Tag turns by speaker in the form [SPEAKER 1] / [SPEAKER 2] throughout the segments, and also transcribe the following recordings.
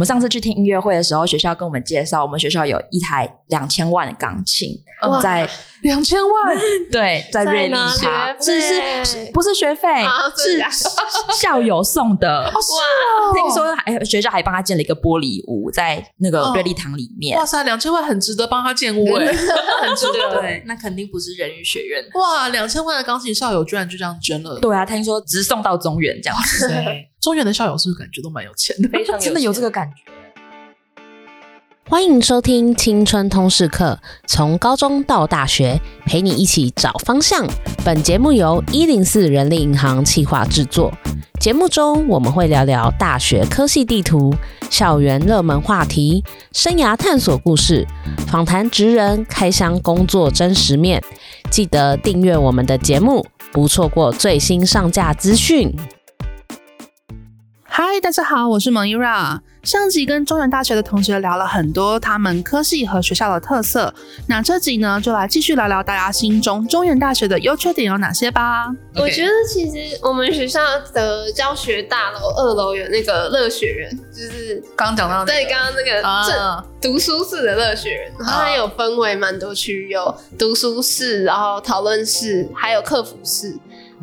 [SPEAKER 1] 我们上次去听音乐会的时候，学校跟我们介绍，我们学校有一台两千万的钢琴
[SPEAKER 2] 哇
[SPEAKER 1] 在
[SPEAKER 2] 两千万，
[SPEAKER 1] 对在
[SPEAKER 3] 在
[SPEAKER 1] 瑞丽
[SPEAKER 3] 哪
[SPEAKER 1] 塔，
[SPEAKER 3] 学
[SPEAKER 1] 是
[SPEAKER 3] 费
[SPEAKER 1] 是不是学费
[SPEAKER 3] 啊？真的
[SPEAKER 1] 是
[SPEAKER 3] 假的
[SPEAKER 1] 是 校友送的。
[SPEAKER 2] 哇
[SPEAKER 1] 听说还学校还帮他建了一个玻璃屋，在那个
[SPEAKER 2] 哦
[SPEAKER 1] 瑞丽堂里面
[SPEAKER 2] 哇。塞，两千万很值得帮他建屋哎、
[SPEAKER 3] 很值得。
[SPEAKER 1] 对，那肯定不是人语学院。
[SPEAKER 2] 哇，两千万的钢琴校友居然就这样捐了，
[SPEAKER 1] 对啊，听说直送到中原这样子，
[SPEAKER 2] 对， 中原的校友是不是感觉都蛮有钱的？
[SPEAKER 1] 非常
[SPEAKER 3] 有
[SPEAKER 1] 真的有这个感觉。
[SPEAKER 4] 欢迎收听《青春通识课》，从高中到大学，陪你一起找方向。本节目由一零四人力银行企划制作。节目中我们会聊聊大学科系地图、校园热门话题、生涯探索故事、访谈职人、开箱工作真实面。记得订阅我们的节目，不错过最新上架资讯。
[SPEAKER 5] 嗨，大家好，我是蒙伊拉。上集跟中原大学的同学聊了很多他们科系和学校的特色，那这集呢就来继续聊聊大家心中中原大学的优缺点有哪些吧。
[SPEAKER 3] 我觉得其实我们学校的教学大楼二楼有那个乐学人，就是
[SPEAKER 2] 刚讲到那个
[SPEAKER 3] 对刚刚那个正
[SPEAKER 2] 啊，
[SPEAKER 3] 读书室的乐学人，然后它有分为蛮多区域，有读书室，然后讨论室，还有客服室，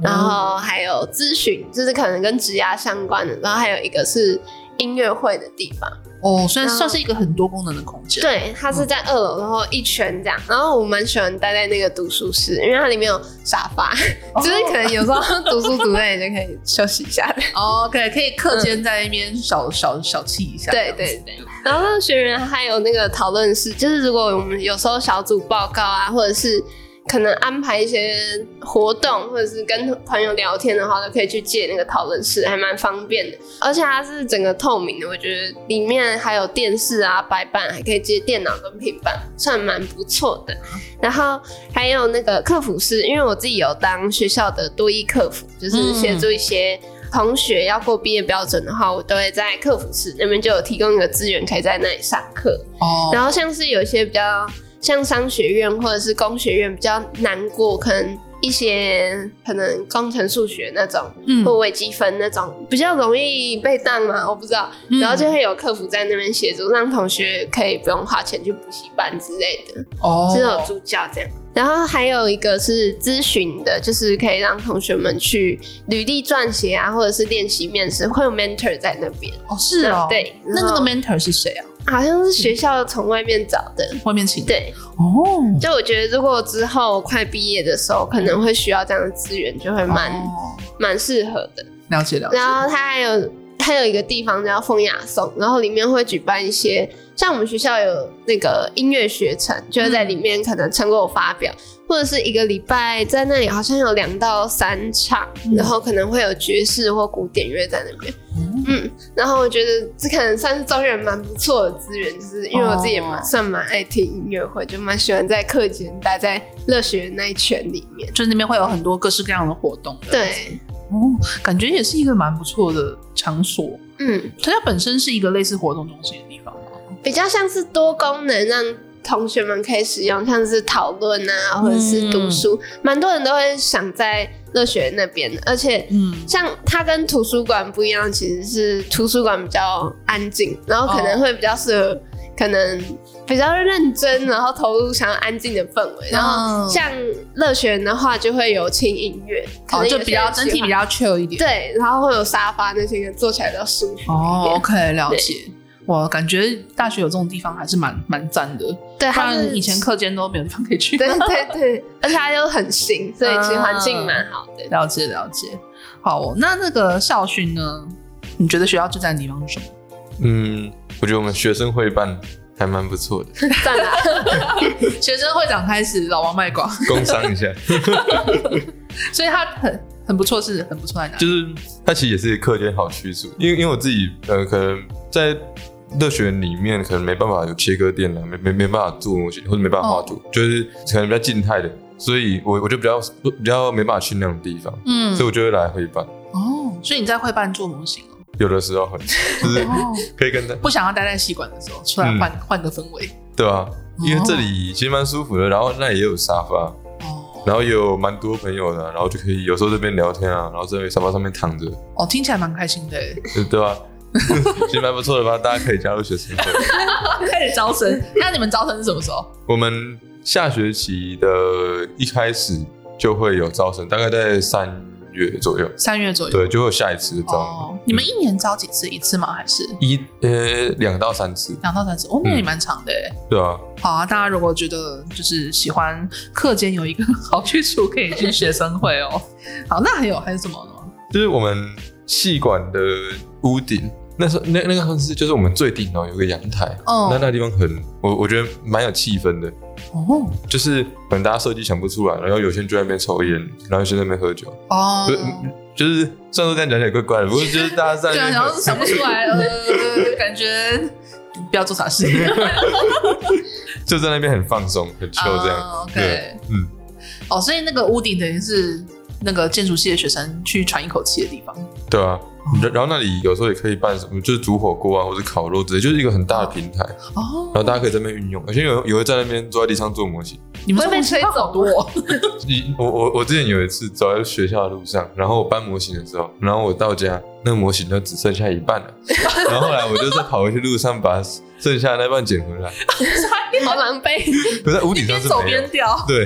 [SPEAKER 3] 然
[SPEAKER 1] 嗯
[SPEAKER 2] 哦
[SPEAKER 3] 后还有咨询，就是可能跟职涯相关的，然后还有一个是音乐会的地方。
[SPEAKER 2] 哦，虽然
[SPEAKER 3] 嗯
[SPEAKER 2] 算是一个很多功能的空间，
[SPEAKER 3] 对，它
[SPEAKER 2] 嗯
[SPEAKER 3] 是在二楼，然后一圈这样。然后我蛮喜欢待在那个读书室，因为它里面有沙发， 就是可能有时候读书读累就可以休息一下。 嗯
[SPEAKER 2] 哦，OK，可以课间在那边小、小小憩一下，
[SPEAKER 3] 对对对。然后那个学员还有那个讨论室，就是如果我们有时候小组报告啊，或者是可能安排一些活动，或者是跟朋友聊天的话，都可以去借那个讨论室，还蛮方便的。而且它是整个透明的，我觉得里面还有电视啊、白板，还可以接电脑跟平板，算蛮不错的。然后还有那个客服室，因为我自己有当学校的多一客服，就是
[SPEAKER 2] 嗯
[SPEAKER 3] 协助一些同学要过毕业标准的话，我都会在客服室那边就有提供一个资源，可以在那里上课。
[SPEAKER 2] 哦，
[SPEAKER 3] 然后像是有一些比较像商学院或者是工学院比较难过，可能一些可能工程数学那种，
[SPEAKER 2] 嗯
[SPEAKER 3] 或微积分那种比较容易被当嘛，我不知道。
[SPEAKER 2] 嗯
[SPEAKER 3] 然后就会有客服在那边协助，让同学可以不用花钱去补习班之类的。
[SPEAKER 2] 哦，
[SPEAKER 3] 是有助教这样。然后还有一个是咨询的，就是可以让同学们去履历撰写啊，或者是练习面试，会有 mentor 在那边。
[SPEAKER 2] 哦是哦，，
[SPEAKER 3] 对，
[SPEAKER 2] 那那
[SPEAKER 3] 然
[SPEAKER 2] 个 mentor 是谁啊？
[SPEAKER 3] 后好像是学校从外面找的。
[SPEAKER 2] 外面请的
[SPEAKER 3] 对，
[SPEAKER 2] 哦，
[SPEAKER 3] 就我觉得如果之后快毕业的时候，可能会需要这样的资源，就会蛮
[SPEAKER 2] 哦
[SPEAKER 3] 蛮适合的。
[SPEAKER 2] 了解了解，
[SPEAKER 3] 然后它还有它有一个地方叫风雅颂，然后里面会举办一些像我们学校有那个音乐学程，就会在里面可能成果发表，或者是一个礼拜在那里好像有两到三场，然后可能会有爵士或古典乐在那边。嗯，然后我觉得这可能算是中原蛮不错的资源，就是因为我自己也蛮、
[SPEAKER 2] 哦
[SPEAKER 3] 算蛮爱听音乐会，就蛮喜欢在课间待在乐学园那一圈里面。
[SPEAKER 2] 就是那边会有很多各式各样的活动，，
[SPEAKER 3] 对，
[SPEAKER 2] 哦，感觉也是一个蛮不错的场所。
[SPEAKER 3] 嗯，
[SPEAKER 2] 所以它本身是一个类似活动中心的地方吗？
[SPEAKER 3] 比较像是多功能，让同学们可以使用，像是讨论啊，或者是读书，
[SPEAKER 2] 嗯
[SPEAKER 3] 蛮、多人都会想在乐学那边的，而且。
[SPEAKER 2] 嗯，
[SPEAKER 3] 像它跟图书馆不一样，其实是图书馆比较安静，然后可能会比较适合，可能比较认真，然后投入想要安静的氛围。然
[SPEAKER 2] 哦
[SPEAKER 3] 后像乐学的话，就会有轻音乐，可
[SPEAKER 2] 哦，
[SPEAKER 3] 能有
[SPEAKER 2] 就
[SPEAKER 3] 些
[SPEAKER 2] 比较
[SPEAKER 3] 人喜
[SPEAKER 2] 整体
[SPEAKER 3] 欢
[SPEAKER 2] 比较 chill 一点。
[SPEAKER 3] 对，然后会有沙发那些，坐起来比较舒服。
[SPEAKER 2] 哦，OK，了解。我感觉大学有这种地方还是蛮蛮赞的，
[SPEAKER 3] 对，
[SPEAKER 2] 不
[SPEAKER 3] 它是
[SPEAKER 2] 然以前课间都没有地方可以去。
[SPEAKER 3] 对对对，而且它又很新，所以其实环境蛮好的。
[SPEAKER 2] 了解了解。好哦、那那个校训呢？你觉得学校最赞的地方是什么？
[SPEAKER 6] 嗯，我觉得我们学生会办还蛮不错的，
[SPEAKER 3] 赞啊啦！
[SPEAKER 2] 学生会长开始老王卖瓜，
[SPEAKER 6] 工商一下，
[SPEAKER 2] 所以他很很不错，是很不错在哪里？
[SPEAKER 6] 就是它其实也是课间好去处，因为因为我自己呃可能在乐学里面可能没办法有切割店啊，没没没办法做东西，或者没办法画图，就是可能比较静态的，所以我我就比较比较没办法去那种地方，
[SPEAKER 2] 嗯
[SPEAKER 6] 所以，我就会来会办，
[SPEAKER 2] 哦，所以你在会办做模型哦，
[SPEAKER 6] 有的时候很就是
[SPEAKER 2] 哦，
[SPEAKER 6] 可以跟他
[SPEAKER 2] 不想要待在戏馆的时候，出来
[SPEAKER 6] 嗯
[SPEAKER 2] 换换、个氛围。
[SPEAKER 6] 对啊，因为这里其实蛮舒服的，然后那里也有沙发，
[SPEAKER 2] 哦
[SPEAKER 6] 然后也有蛮多朋友的，然后就可以有时候这边聊天啊，然后在沙发上面躺着，
[SPEAKER 2] 哦，听起来蛮开心的耶。
[SPEAKER 6] 对对吧？ 其实蛮不错的吧？大家可以加入学生会。
[SPEAKER 2] 开始招生。那你们招生是什么时候？
[SPEAKER 6] 我们下学期的一开始就会有招生，大概在三月左右，
[SPEAKER 2] 三月左右。
[SPEAKER 6] 对，就会有下一次的招
[SPEAKER 2] 哦，你们一年招几次？一次吗？还是
[SPEAKER 6] 一呃两到三次，
[SPEAKER 2] 两到三次？哦，那也
[SPEAKER 6] 嗯
[SPEAKER 2] 蛮长的欸。
[SPEAKER 6] 对啊，
[SPEAKER 2] 好啊，大家如果觉得就是喜欢课间有一个 好去处，可以去学生会哦。好，那还有还有什么呢？
[SPEAKER 6] 就是我们戏馆的屋顶。那时候那那个像是就是我们最顶楼有个阳台，
[SPEAKER 2] 哦
[SPEAKER 6] 那那地方很我我觉得蛮有气氛的，
[SPEAKER 2] 哦
[SPEAKER 6] 就是可能大家设计想不出来，然后有些人就在那边抽烟，然后有些人在那边喝酒，
[SPEAKER 2] 哦
[SPEAKER 6] 不是，就是虽然说这样讲起来怪怪的，不过就是大家在
[SPEAKER 2] 对
[SPEAKER 6] 那
[SPEAKER 2] 啊，
[SPEAKER 6] 边
[SPEAKER 2] 然
[SPEAKER 6] 喝
[SPEAKER 2] 后想不 出来，呃，感觉不要做傻事，
[SPEAKER 6] 就在那边很放松，很 chill 这样。
[SPEAKER 2] 啊 OK，
[SPEAKER 6] 对嗯，
[SPEAKER 2] 哦，所以那个屋顶等于是那个建筑系的学生去喘一口气的地方。
[SPEAKER 6] 对啊，然然后那里有时候也可以办什么，就是煮火锅啊，或者烤肉之类，就是一个很大的平台，
[SPEAKER 2] 哦
[SPEAKER 6] 然，后大家可以在那边运用。而且有有会在那边坐在地上做模型。
[SPEAKER 2] 你们
[SPEAKER 3] 会被吹走
[SPEAKER 2] 好多 哦，
[SPEAKER 6] 一我我我之前有一次走在学校的路上，然后我搬模型的时候，然后我到家，那个模型就只剩下一半了。 然后后来我就在跑回去路上把剩下的那半捡回来，
[SPEAKER 3] 好狼狈。
[SPEAKER 6] 可在屋顶上
[SPEAKER 2] 边
[SPEAKER 6] 是
[SPEAKER 2] 走
[SPEAKER 6] 没有
[SPEAKER 2] 边。掉。
[SPEAKER 6] 对，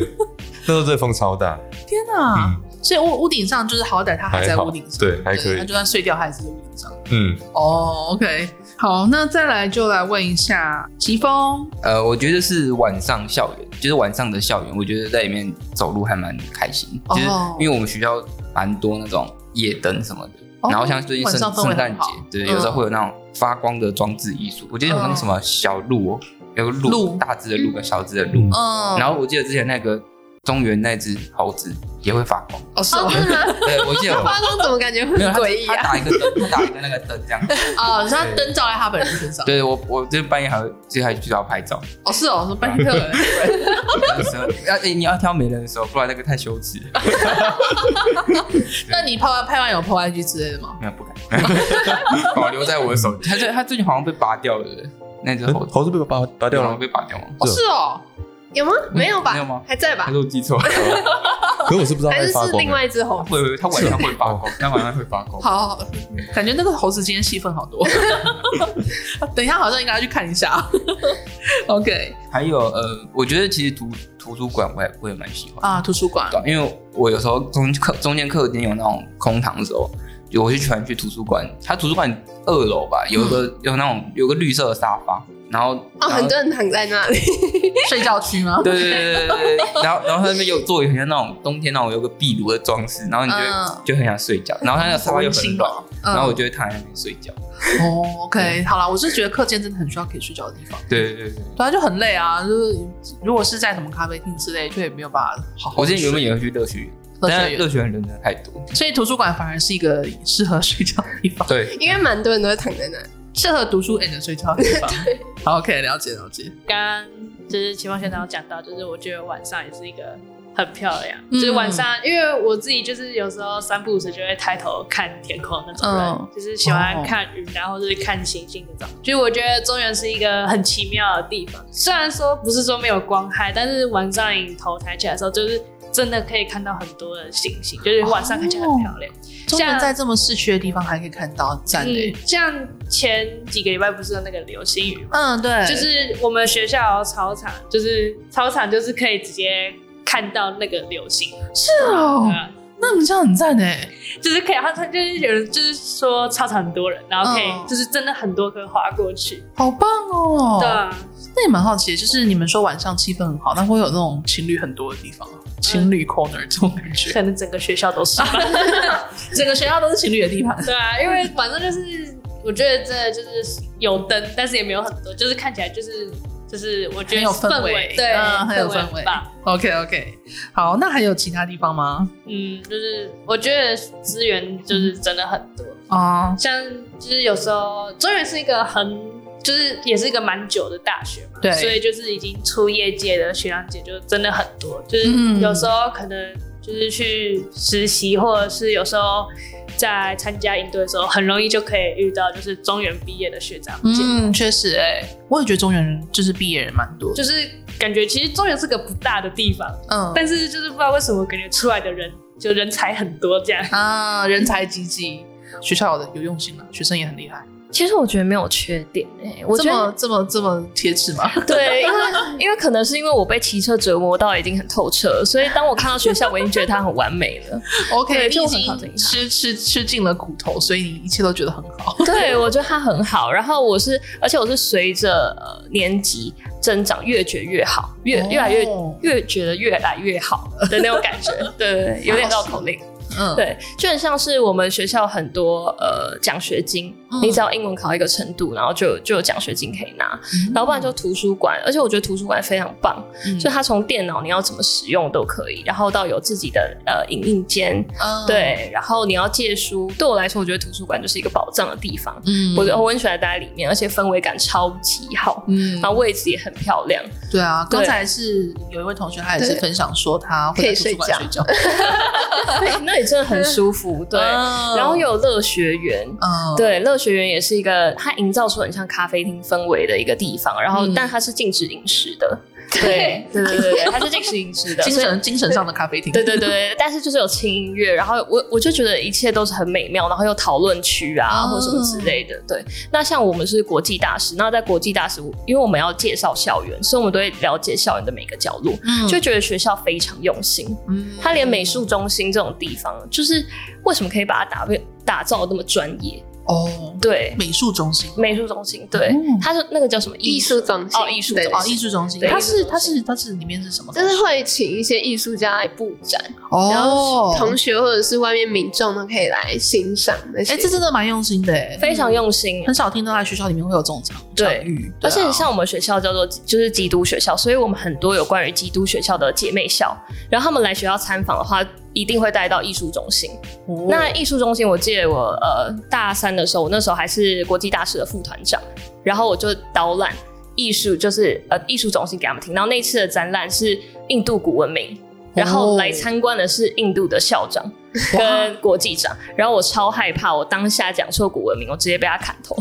[SPEAKER 6] 那时候这风超大，
[SPEAKER 2] 天哪！
[SPEAKER 6] 嗯
[SPEAKER 2] 啊所以屋屋顶上就是好歹它还在
[SPEAKER 6] 还好
[SPEAKER 2] 屋顶上，
[SPEAKER 6] 对还可以
[SPEAKER 2] 它就算碎掉，它还是在屋顶上。
[SPEAKER 6] 嗯，
[SPEAKER 2] 哦，OK，好，那再来就来问一下奇峰，
[SPEAKER 7] 呃，我觉得是晚上校园，就是晚上的校园，我觉得在里面走路还蛮开心，
[SPEAKER 2] 哦
[SPEAKER 7] 就是因为我们学校蛮多那种夜灯什么的，
[SPEAKER 2] 哦
[SPEAKER 7] 然后像最近
[SPEAKER 2] 晚
[SPEAKER 7] 圣
[SPEAKER 2] 上氛围
[SPEAKER 7] 圣诞
[SPEAKER 2] 很
[SPEAKER 7] 节
[SPEAKER 2] 好，
[SPEAKER 7] 对，
[SPEAKER 2] 嗯
[SPEAKER 7] 有时候会有那种发光的装置艺术，我记得有那个什么小鹿哦，有个鹿，
[SPEAKER 2] 鹿
[SPEAKER 7] 大只的鹿跟小只的鹿，
[SPEAKER 2] 嗯
[SPEAKER 7] 然后我记得之前那个中原那只猴子也会发光，
[SPEAKER 2] 哦是哦
[SPEAKER 3] 哦，真的吗？
[SPEAKER 7] 对，我 记得有
[SPEAKER 3] 发光怎么感觉会
[SPEAKER 7] 没有
[SPEAKER 3] 很
[SPEAKER 7] 他
[SPEAKER 3] 诡异
[SPEAKER 7] 他
[SPEAKER 3] 啊？
[SPEAKER 7] 打一个灯，他打一个那个灯 这样，
[SPEAKER 2] 哦，是他灯照在他本人身上，
[SPEAKER 7] 对我我这半夜还会最还去找他拍照。
[SPEAKER 2] 哦是哦，是班特 人，
[SPEAKER 7] 要、欸、你要挑没人的时候，不然那个太羞耻了。
[SPEAKER 2] 那你拍完拍完有 PO IG 之类的吗？
[SPEAKER 7] 没有 不敢，保留在我的手机。他最他最近好像被拔掉了，对不对那只猴子
[SPEAKER 6] 哎猴子被拔拔掉
[SPEAKER 7] 有
[SPEAKER 6] 了
[SPEAKER 7] 吗
[SPEAKER 6] 吗，
[SPEAKER 7] 被拔掉吗？
[SPEAKER 2] 哦是哦，
[SPEAKER 3] 有吗？没有吧？
[SPEAKER 7] 没有吗
[SPEAKER 3] 还在吧
[SPEAKER 7] 还？是我 记错了？
[SPEAKER 6] 可是我是不知道
[SPEAKER 3] 还
[SPEAKER 6] 在
[SPEAKER 3] 是
[SPEAKER 6] 发
[SPEAKER 3] 是
[SPEAKER 6] 光
[SPEAKER 3] 另
[SPEAKER 6] 欸。
[SPEAKER 3] 外一哦只猴？
[SPEAKER 7] 会会，它晚上会发
[SPEAKER 6] 啊
[SPEAKER 7] 光，它晚上会发
[SPEAKER 6] 哦
[SPEAKER 7] 光。
[SPEAKER 2] 好好，好感觉那个猴子今天戏份好多， 等一下好像应该要去看一下 ，OK
[SPEAKER 7] 还有呃，我觉得其实图图书馆我也我也蛮喜欢，
[SPEAKER 2] 啊，图书馆
[SPEAKER 7] 对因为我有时候中课中间课间有那种空堂的时候，就我就喜欢去图书馆。它图书馆二楼吧，有一个、
[SPEAKER 6] 嗯
[SPEAKER 7] 有那种有个绿色的沙发，然后
[SPEAKER 3] 哦，
[SPEAKER 7] 然后
[SPEAKER 3] 很多人躺在那里，
[SPEAKER 2] 睡觉区 吗？
[SPEAKER 7] 对对对对对对，然后然后他那边有做很像那种冬天那种有个壁炉的装饰，然后你就、
[SPEAKER 2] 嗯
[SPEAKER 7] 就很想睡觉，然后他那个沙发又很软，
[SPEAKER 2] 嗯
[SPEAKER 7] 然后我就会躺在那边睡觉。
[SPEAKER 2] 哦，OK，好啦，我是觉得课间真的很需要可以睡觉的地方。
[SPEAKER 7] 对对对对，
[SPEAKER 2] 对啊，就很累啊。就是如果是在什么咖啡厅之类，就也没有办法好好哦地
[SPEAKER 7] 我之前原本
[SPEAKER 2] 睡
[SPEAKER 7] 也会去乐学园，
[SPEAKER 2] 乐学
[SPEAKER 7] 但是
[SPEAKER 2] 园
[SPEAKER 7] 乐学园人真的太多。
[SPEAKER 2] 所以图书馆反而是一个适合睡觉的 地方，
[SPEAKER 7] 对，
[SPEAKER 3] 应该蛮多人都会躺在那里。
[SPEAKER 2] 适合读书 and 睡觉的地方。好，OK，了解了解。
[SPEAKER 8] 刚刚就是秦风学长有讲到，就是我觉得晚上也是一个很漂亮，
[SPEAKER 2] 嗯
[SPEAKER 8] 就是晚上，因为我自己就是有时候三不五时就会抬头看天空那种人，
[SPEAKER 2] 嗯
[SPEAKER 8] 就是喜欢看云啊，然后就是看星星那种。就是我觉得中原是一个很奇妙的地方，虽然说不是说没有光害，但是晚上你头抬起来的时候，就是真的可以看到很多的星星，就是晚上看起来很漂亮。
[SPEAKER 2] 中
[SPEAKER 8] 像
[SPEAKER 2] 文在这么市区的地方还可以看到，赞欸
[SPEAKER 8] 嗯
[SPEAKER 2] 的。，
[SPEAKER 8] 像前几个礼拜不是有那个流星雨吗？
[SPEAKER 2] 嗯，对，
[SPEAKER 8] 就是我们学校操场，就是操场就是可以直接看到那个流星，
[SPEAKER 2] 是哦
[SPEAKER 8] 对，啊，
[SPEAKER 2] 那你这样很赞欸呢。
[SPEAKER 8] 就是可以，他他就是有人就是说操场很多人，然后可以
[SPEAKER 2] 嗯
[SPEAKER 8] 就是真的很多颗划过去，
[SPEAKER 2] 好棒哦。
[SPEAKER 8] 对啊，
[SPEAKER 2] 那也蛮好奇的，就是你们说晚上气氛很好，那会有那种情侣很多的地方吗，情侣 corner 这种感觉，
[SPEAKER 8] 可能整个学校都 是吧，
[SPEAKER 2] 整个学校都是情侣的地方。
[SPEAKER 8] 对啊，因为反正就是我觉得真的就是有灯，但是也没有很多，就是看起来就是就是我觉
[SPEAKER 2] 很
[SPEAKER 8] 得
[SPEAKER 2] 有
[SPEAKER 8] 氛
[SPEAKER 2] 氛围，
[SPEAKER 8] 对，
[SPEAKER 2] 嗯，很有氛围
[SPEAKER 8] 吧。。
[SPEAKER 2] OK OK，好，那还有其他地方吗？
[SPEAKER 8] 嗯，就是我觉得资源就是真的很多，
[SPEAKER 1] 哦
[SPEAKER 2] 啊、
[SPEAKER 8] 像就是有时候中原是一个很就是也是一个蛮久的大学嘛，
[SPEAKER 2] 对
[SPEAKER 8] 所以就是已经出业界的学长姐就真的很多，就是
[SPEAKER 2] 嗯
[SPEAKER 8] 有时候可能就是去实习，或者是有时候在参加营队的时候，很容易就可以遇到就是中原毕业的学长姐，
[SPEAKER 2] 嗯，确实、哎，我也觉得中原人就是毕业人蛮多的，
[SPEAKER 8] 就是感觉其实中原是个不大的地方，
[SPEAKER 2] 嗯
[SPEAKER 8] 但是就是不知道为什么感觉出来的人就人才很多这样。
[SPEAKER 2] 啊啊，人才济济，学校有的有用心了，学生也很厉害。
[SPEAKER 9] 其实我觉得没有缺点哎、我
[SPEAKER 2] 这
[SPEAKER 9] 觉
[SPEAKER 2] 么
[SPEAKER 9] 得
[SPEAKER 2] 这么这么贴齿吗？
[SPEAKER 9] 对，因为因为可能是因为我被骑车折磨到已经很透彻了，所以当我看到学校，我已经觉得它很完美了。对
[SPEAKER 2] OK，你
[SPEAKER 9] 就
[SPEAKER 2] 已
[SPEAKER 9] 很靠近
[SPEAKER 2] 经
[SPEAKER 9] 它
[SPEAKER 2] 吃吃吃尽了苦头，所以你一切都觉得很好。
[SPEAKER 9] 对，我觉得它很好。然后我是，而且我是随着、呃、年级增长，越觉得越好，越、越来越越觉得越来越好的那种感觉。对对对，有点绕口令。
[SPEAKER 2] 嗯，
[SPEAKER 9] 对，就很像是我们学校很多呃奖学金，你只要英文考一个程度，然后就就有奖学金可以拿，然后不然就图书馆，而且我觉得图书馆非常棒，
[SPEAKER 2] 嗯
[SPEAKER 9] 就它从电脑你要怎么使用都可以，然后到有自己的呃影印间，
[SPEAKER 2] 嗯，
[SPEAKER 9] 对，然后你要借书，对我来说，我觉得图书馆就是一个宝藏的地方，
[SPEAKER 2] 嗯，
[SPEAKER 9] 我我很喜欢待在里面，而且氛围感超级好，
[SPEAKER 2] 嗯
[SPEAKER 9] 然，后位置也很漂 亮，
[SPEAKER 2] 对啊，
[SPEAKER 9] 对
[SPEAKER 2] 刚才是有一位同学，他也是
[SPEAKER 3] 对
[SPEAKER 2] 分享说他会在图书馆
[SPEAKER 3] 可
[SPEAKER 2] 睡
[SPEAKER 3] 以
[SPEAKER 2] 觉，
[SPEAKER 9] 对，那里真的很舒服，对，
[SPEAKER 2] 嗯
[SPEAKER 9] 然后又有乐学园，
[SPEAKER 2] 嗯，
[SPEAKER 9] 对，乐学园也是一个它营造出很像咖啡厅氛围的一个地方，然后、
[SPEAKER 2] 嗯
[SPEAKER 9] 但它是禁止饮食的，对对对对对，它是禁止饮食的，
[SPEAKER 2] 精
[SPEAKER 9] 所以
[SPEAKER 2] 神精神上的咖啡厅，
[SPEAKER 9] 对对对对，但是就是有轻音乐，然后我我就觉得一切都是很美妙，然后有讨论区啊、
[SPEAKER 2] 哦
[SPEAKER 9] 或者什么之类的。对，那像我们是国际大使，那在国际大使，因为我们要介绍校园，所以我们都会了解校园的每个角落，
[SPEAKER 2] 嗯
[SPEAKER 9] 就觉得学校非常用心。
[SPEAKER 2] 嗯，
[SPEAKER 9] 他连美术中心这种地方，就是为什么可以把它打变打造得那么专业？
[SPEAKER 2] 哦，
[SPEAKER 9] 对，
[SPEAKER 2] 美术中心
[SPEAKER 9] 美术中心，对，它是那个叫什么
[SPEAKER 3] 哦艺术中心
[SPEAKER 9] 哦，艺术
[SPEAKER 3] 对
[SPEAKER 9] 中
[SPEAKER 2] 哦，
[SPEAKER 9] 心
[SPEAKER 2] 艺术中心，
[SPEAKER 9] 对
[SPEAKER 2] 它
[SPEAKER 9] 艺
[SPEAKER 2] 是
[SPEAKER 9] 术
[SPEAKER 2] 它
[SPEAKER 9] 中心
[SPEAKER 2] 是它是里面是什么东
[SPEAKER 3] 就
[SPEAKER 2] 西？
[SPEAKER 3] 是会请一些艺术家来布展，然
[SPEAKER 2] 哦
[SPEAKER 3] 后，同学或者是外面民众都可以来欣赏那些。
[SPEAKER 2] 哎，这真的蛮用心的，哎
[SPEAKER 9] 非常用心，
[SPEAKER 2] 很少听到在学校里面会有这种场场
[SPEAKER 9] 对
[SPEAKER 2] 域，
[SPEAKER 9] 而
[SPEAKER 2] 对啊
[SPEAKER 9] 且像我们学校叫做就是基督学校，所以我们很多有关于基督学校的姐妹校，然后他们来学校参访的话，一定会带到艺术中心。
[SPEAKER 2] 哦
[SPEAKER 9] 那艺术中心，我记得我呃大三的时候，我那时候还是国际大使的副团长，然后我就导览艺术，就是呃艺术中心给他们听。然后那次的展览是印度古文
[SPEAKER 2] 哦
[SPEAKER 9] 明，然后来参观的是印度的校长跟国际长，然后我超害怕，我当下讲错古文明，我直接被他砍头，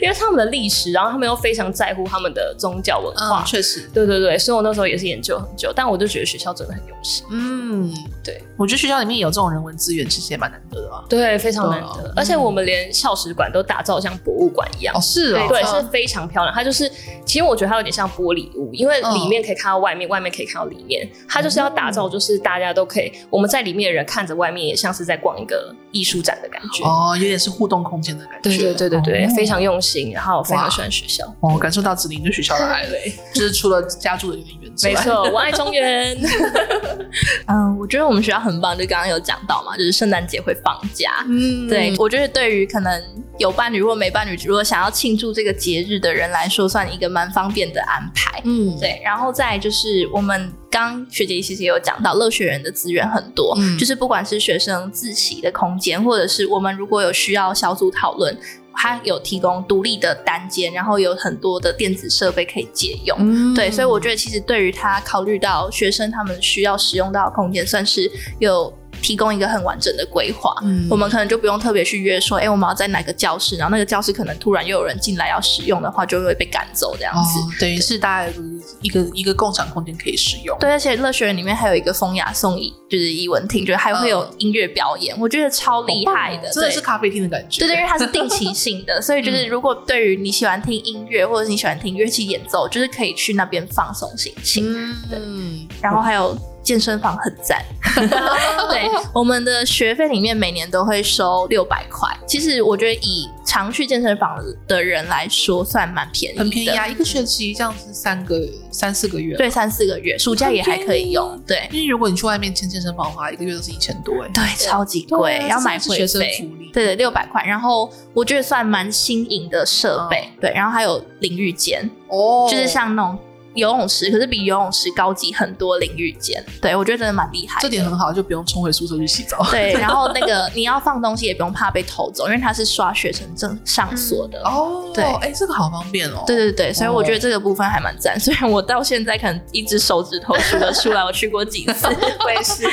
[SPEAKER 9] 因为他们的历史，然后他们又非常在乎他们的宗教文化。
[SPEAKER 2] 嗯，确实，
[SPEAKER 9] 对对对，所以我那时候也是研究很久，但我就觉得学校真的很用心。
[SPEAKER 2] 嗯，
[SPEAKER 9] 对，
[SPEAKER 2] 我觉得学校里面有这种人文资源，其实也蛮难得的吧。
[SPEAKER 9] 对，非常难得
[SPEAKER 2] 对啊，
[SPEAKER 9] 而且我们连校史馆都打造像博物馆一样。
[SPEAKER 2] 哦，是哦，
[SPEAKER 9] 对，是非常漂亮。它就是，其实我觉得它有点像玻璃屋，因为
[SPEAKER 2] 嗯
[SPEAKER 9] 里面可以看到外面，外面可以看到里面。它就是要打造，就是大家都可以，我们在里面的人看着外面，也像是在逛一个艺术展的感觉。
[SPEAKER 2] 哦，有点是互动空间的感觉。
[SPEAKER 9] 对对对对对，
[SPEAKER 2] 哦
[SPEAKER 9] 非常用心，然后我非
[SPEAKER 2] 哇
[SPEAKER 9] 常喜欢学校。
[SPEAKER 2] 哦，我感受到子林对学校的 爱了，就是除了家住的有点远之外，
[SPEAKER 9] 没错，我爱中原。
[SPEAKER 1] 嗯，我觉得我们学校很棒，就刚刚有讲到嘛，就是圣诞节会放假。
[SPEAKER 2] 嗯，
[SPEAKER 1] 对，我觉得对于可能有伴侣或没伴侣，如果想要庆祝这个节日的人来说，算一个蛮方便的安排。
[SPEAKER 2] 嗯，
[SPEAKER 1] 对，然后再就是我们刚学姐其实也有讲到，乐学人的资源很多，
[SPEAKER 2] 嗯
[SPEAKER 1] 就是不管是学生自习的空间，或者是我们如果有需要小组讨论，它有提供独立的单间，然后有很多的电子设备可以借用。
[SPEAKER 2] 嗯
[SPEAKER 1] 对，所以我觉得其实对于他考虑到学生他们需要使用到的空间，算是有提供一个很完整的规划。
[SPEAKER 2] 嗯
[SPEAKER 1] 我们可能就不用特别去约说，哎、我们要在哪个教室，然后那个教室可能突然又有人进来要使用的话，就会被赶走这样
[SPEAKER 2] 哦
[SPEAKER 1] 子。，
[SPEAKER 2] 等于是大概一个一个共享空间可以使用。
[SPEAKER 1] 对，而且乐学园里面还有一个风雅颂艺，就是艺文厅，就是还会有音乐表演，我觉得超厉害的，
[SPEAKER 2] 真的
[SPEAKER 1] 对
[SPEAKER 2] 是 咖啡厅的感觉。
[SPEAKER 1] 对对，因为它是定期性的，所以就是如果对于你喜欢听音乐或者是你喜欢听乐器演奏，就是可以去那边放松心情。
[SPEAKER 2] 嗯，
[SPEAKER 1] 然后还有健身房很赞。 对，我们的学费里面每年都会收六百块，其实我觉得以常去健身房的人来说，算蛮便宜的，
[SPEAKER 2] 很便宜啊，一个学期这样子三个三四个月。，
[SPEAKER 1] 对，三四个月，暑假也还可以用，对。
[SPEAKER 2] 因为如果你去外面健健身房的话，一个月都是一千多哎。
[SPEAKER 1] 对，超级
[SPEAKER 2] 对
[SPEAKER 1] 贵，
[SPEAKER 2] 啊
[SPEAKER 1] 要买
[SPEAKER 2] 这
[SPEAKER 1] 会
[SPEAKER 2] 真的是学生
[SPEAKER 1] 费
[SPEAKER 2] 福利。
[SPEAKER 1] 对对，六百块。然后我觉得算蛮新颖的设备，对。然后还有淋浴间，
[SPEAKER 2] 嗯哦
[SPEAKER 1] 就是像那种游泳池，可是比游泳池高级很多淋浴间。对我觉得真的蛮厉害的。
[SPEAKER 2] 这点很好，就不用冲回宿舍去洗澡。
[SPEAKER 1] 对，然后那个你要放东西也不用怕被偷走，因为它是刷学生证
[SPEAKER 3] 嗯
[SPEAKER 1] 上锁的。
[SPEAKER 2] 哦，
[SPEAKER 1] 对
[SPEAKER 2] 哎，这个好方便哦。
[SPEAKER 1] 对对对，所以我觉得这个部分还蛮赞。虽 然我到现在可能一只手指头数得出来，我去过几 次，
[SPEAKER 3] 我也是，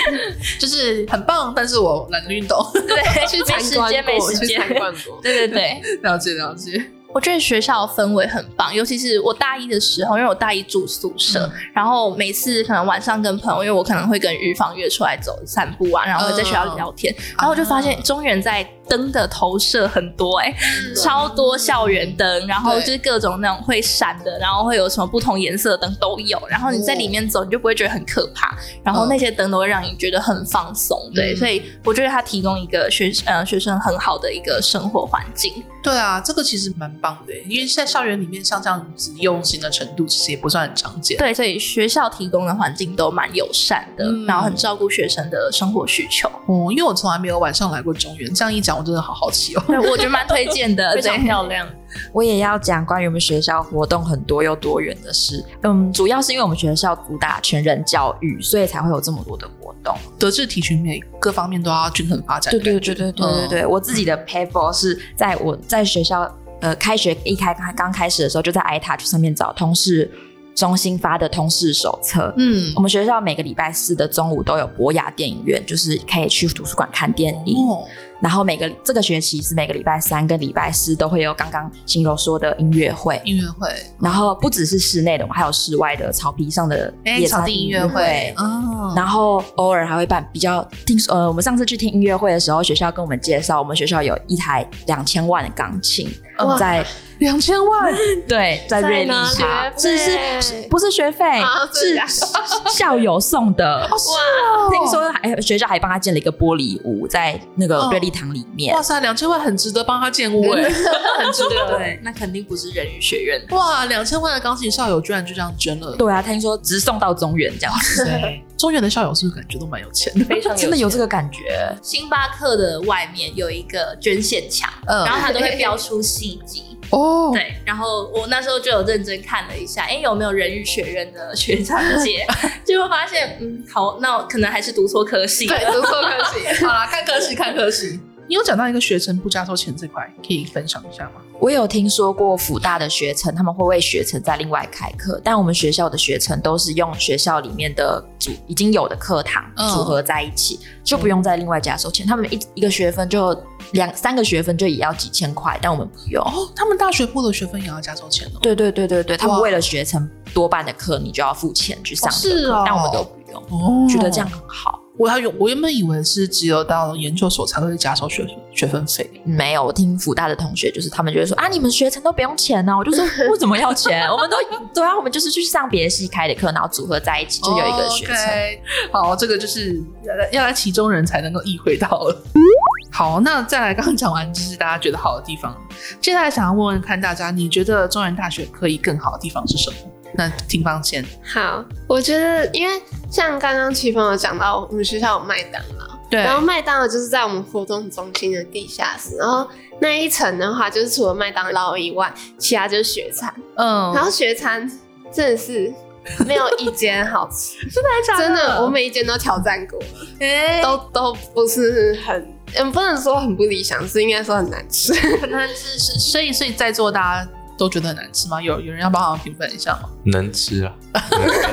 [SPEAKER 2] 就是很棒，但是我懒得运动。
[SPEAKER 1] 对，去
[SPEAKER 3] 去参观过，
[SPEAKER 1] 没时
[SPEAKER 3] 去
[SPEAKER 1] 间，
[SPEAKER 3] 参
[SPEAKER 1] 没时间。
[SPEAKER 3] 观过。
[SPEAKER 1] 对对对，
[SPEAKER 2] 了解了解。
[SPEAKER 1] 我觉得学校的氛围很棒，尤其是我大一的时候，因为我大一住宿舍，
[SPEAKER 3] 嗯
[SPEAKER 1] 然后每次可能晚上跟朋友，因为我可能会跟于芳约出来走散步啊，然后会在学
[SPEAKER 3] 嗯
[SPEAKER 1] 校聊天，然后我就发
[SPEAKER 3] 啊
[SPEAKER 2] 啊
[SPEAKER 1] 现中原在灯的投射很多、欸，哎、超多校园灯，然后就是各种那种会闪的，然后会有什么不同颜色的灯都有，然后你在里面走，你就不会觉得很可怕，然后那些灯都会让你觉得很放松，对，
[SPEAKER 2] 嗯
[SPEAKER 1] 所以我觉得它提供一个学呃学生很好的一个生活环境。
[SPEAKER 2] 对啊，这个其实蛮棒的耶，因为在校园里面像这样子用心的程度，其实也不算很常见。
[SPEAKER 1] 对，所以学校提供的环境都蛮友善的，
[SPEAKER 2] 嗯
[SPEAKER 1] 然后很照顾学生的生活需求。
[SPEAKER 2] 哦，因为我从来没有晚上来过中原，这样一讲我真的好好奇 哦。
[SPEAKER 1] 对，我觉得蛮推荐的，
[SPEAKER 8] 非
[SPEAKER 1] 对
[SPEAKER 8] 常。漂亮。
[SPEAKER 10] 我也要讲关于我们学校活动很多又多元的事。嗯，主要是因为我们学校主打全人教育，所以才会有这么多的活动。
[SPEAKER 2] 德智体群美各方面都要均衡发展。
[SPEAKER 10] 对对对对对对
[SPEAKER 2] 嗯
[SPEAKER 10] 对，我自己的 paper 是在我在学校呃开学一开刚刚开始的时候，就在 iTouch 上面找通识中心发的通识手册。
[SPEAKER 2] 嗯
[SPEAKER 10] 我，们学校每个礼拜四的中午都有博雅电影院，就是可以去图书馆看电影。
[SPEAKER 2] 哦，
[SPEAKER 10] 然后每个这个学期是每个礼拜三跟礼拜四都会有刚刚新柔说的音乐会，
[SPEAKER 2] 音乐会，
[SPEAKER 10] 然后不只是室内的，我们还有室外的草皮上的
[SPEAKER 2] 哎，
[SPEAKER 10] 野
[SPEAKER 2] 场
[SPEAKER 10] 餐
[SPEAKER 2] 地音
[SPEAKER 10] 音
[SPEAKER 2] 乐
[SPEAKER 10] 乐
[SPEAKER 2] 会
[SPEAKER 10] 会，。
[SPEAKER 2] 哦，
[SPEAKER 10] 然后偶尔还会办比较听说呃，我们上次去听音乐会的时候，学校跟我们介绍，我们学校有一台两千万的钢琴
[SPEAKER 3] 哇
[SPEAKER 10] 在
[SPEAKER 2] 两千万，
[SPEAKER 10] 对在瑞丽
[SPEAKER 3] 在哪
[SPEAKER 10] 塔
[SPEAKER 3] 里，
[SPEAKER 10] 是是
[SPEAKER 3] 学费
[SPEAKER 10] 是不是学费
[SPEAKER 3] 啊真的假的
[SPEAKER 10] 是 校友送的。听说还学校还帮他建了一个玻璃屋，在那个瑞丽堂里面
[SPEAKER 2] 哇。塞，两千万很值得帮他建屋 哎，很值得。
[SPEAKER 10] 对，那肯定不是人鱼学院。
[SPEAKER 2] 哇，两千万的钢琴校友居然就这样捐了，
[SPEAKER 10] 对啊，听说直送到中原这样，
[SPEAKER 2] 对，中原的校友是不是感觉都蛮有钱 的？
[SPEAKER 9] 非常
[SPEAKER 10] 真的有这个感觉。
[SPEAKER 1] 星巴克的外面有一个捐献墙，
[SPEAKER 2] 嗯
[SPEAKER 1] 然后它都会标出细节。
[SPEAKER 2] 哦，
[SPEAKER 1] 对，然后我那时候就有认真看了一下，哎，有没有人语学院的学长 姐？结果发现，嗯，好，那我可能还是读错科系。
[SPEAKER 3] 对，读错科系。
[SPEAKER 2] 好啦，看科系，看科系。你有讲到一个学生不加收钱这块，可以分享一下吗？
[SPEAKER 10] 我有听说过辅大的学程，他们会为学程再另外开课，但我们学校的学程都是用学校里面的组已经有的课堂
[SPEAKER 2] 嗯
[SPEAKER 10] 组合在一起，就不用再另外加收钱。他们一一个学分就两三个学分就也要几千块，但我们不用。
[SPEAKER 2] 哦，他们大学部的学分也要加收钱哦。
[SPEAKER 10] 对对对对对，他们
[SPEAKER 2] 哇
[SPEAKER 10] 为了学程多半的课你就要付钱去上
[SPEAKER 2] 哦
[SPEAKER 10] 这个
[SPEAKER 2] 是
[SPEAKER 10] 课
[SPEAKER 2] 哦
[SPEAKER 10] 但我们都不用，
[SPEAKER 2] 哦
[SPEAKER 10] 觉得这样很好。
[SPEAKER 2] 我还有我原本以为是只有到研究所才会加收学学分费，
[SPEAKER 10] 没有，我听福大的同学就是他们就会说啊，你们学程都不用钱啊呢、我就说为什么要钱？我们都对啊，我们就是去上别的系开的课，然后组合在一起就有一个学程。
[SPEAKER 2] 哦 OK，好，这个就是要来要来其中人才能够意会到了。好，那再来，刚刚讲完就是大家觉得好的地方，接下来想要问问看大家，你觉得中原大学可以更好的地方是什么？那听方先，
[SPEAKER 3] 好，我觉得因为像刚刚齐峰有讲到，我们学校有麦当劳，
[SPEAKER 2] 对
[SPEAKER 3] 然后麦当劳就是在我们活动中心的地下室，然后那一层的话，就是除了麦当劳以外，其他就是学餐，
[SPEAKER 2] 嗯
[SPEAKER 3] 然后学餐真的是。没有一间好吃， 真的真的，我每一间都挑战过，都都不是很，嗯，不能说很不理想，是应该说很难 吃。
[SPEAKER 2] 那是是，所以所以在座大家都觉得很难吃吗？有有人要帮忙评分一下吗？
[SPEAKER 6] 能吃啊，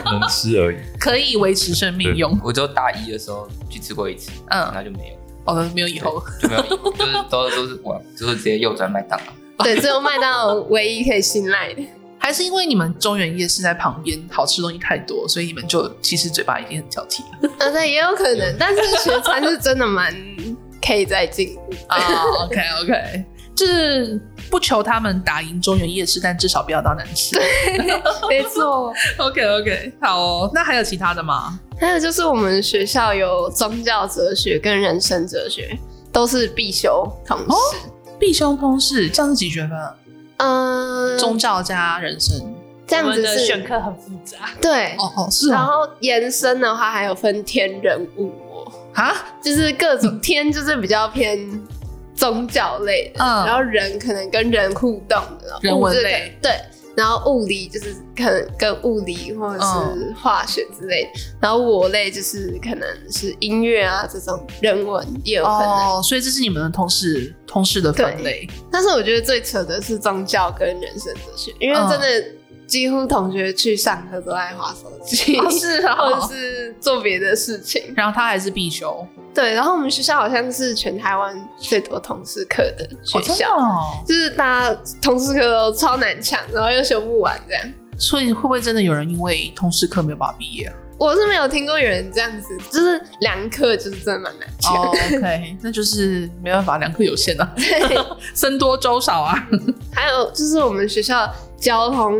[SPEAKER 6] 能能吃而已。
[SPEAKER 2] 可以维持生命用，
[SPEAKER 7] 我只有大一的时候去吃过一次，然
[SPEAKER 2] 嗯，
[SPEAKER 7] 后就没有，
[SPEAKER 2] 哦，没有以后，
[SPEAKER 7] 就没有以后，就是都都是我，就是直接右转啊麦当劳。
[SPEAKER 3] 对，只有麦当劳唯一可以信赖的。
[SPEAKER 2] 还是因为你们中原夜市在旁边，好吃东西太多，所以你们就其实嘴巴已经很挑剔了。
[SPEAKER 3] 啊，对，也有可 能，但是学餐是真的蛮可以再进步。
[SPEAKER 2] 啊，OK OK，就是不求他们打赢中原夜市，但至少不要到难吃。
[SPEAKER 3] 没错，
[SPEAKER 2] OK OK，好哦，那还有其他的吗？
[SPEAKER 3] 还有就是我们学校有宗教哲学跟人生哲学，都是必修同
[SPEAKER 8] 哦
[SPEAKER 3] 时。
[SPEAKER 2] 必修通识，这样是几学分啊？
[SPEAKER 3] 嗯、
[SPEAKER 2] 宗教加人生。
[SPEAKER 3] 这
[SPEAKER 8] 我
[SPEAKER 3] 样
[SPEAKER 8] 们
[SPEAKER 3] 子
[SPEAKER 8] 的
[SPEAKER 3] 是
[SPEAKER 8] 选课很复杂，
[SPEAKER 3] 对，
[SPEAKER 2] 哦哦，是
[SPEAKER 3] 然
[SPEAKER 2] 哦，
[SPEAKER 3] 后延伸的话还有分天人物我，
[SPEAKER 2] 啊，
[SPEAKER 3] 就是各 种天就是比较偏。宗教类的，
[SPEAKER 2] 嗯
[SPEAKER 3] 然后人可能跟人互动的，
[SPEAKER 2] 人文
[SPEAKER 3] 物质可
[SPEAKER 2] 类
[SPEAKER 3] 对，然后物理就是可能跟物理或者
[SPEAKER 2] 嗯
[SPEAKER 3] 是化学之类的，然后我类就是可能是音乐啊这种人文也有可能，
[SPEAKER 2] 哦，所以这是你们的通识通识的分类。嗯
[SPEAKER 3] 但是我觉得最扯的是宗教跟人生哲学，因为真的几乎同学去上课都在划手机，
[SPEAKER 2] 哦是 哦
[SPEAKER 3] 或者是做别的事情。
[SPEAKER 2] 然后他还是必修，
[SPEAKER 3] 对，然后我们学校好像是全台湾最多同事课的学
[SPEAKER 2] 哦真的
[SPEAKER 3] 校，
[SPEAKER 2] 哦
[SPEAKER 3] 就是大家同事课都超难抢，然后又修不完这样。
[SPEAKER 2] 所以会不会真的有人因为通识课没有办法毕业啊？
[SPEAKER 3] 我是没有听过有人这样子，就是两课就是真的蛮难抢。
[SPEAKER 2] 哦、o k 那就是没办法，两课有限啊， 僧多粥少啊。
[SPEAKER 3] 还有就是我们学校交通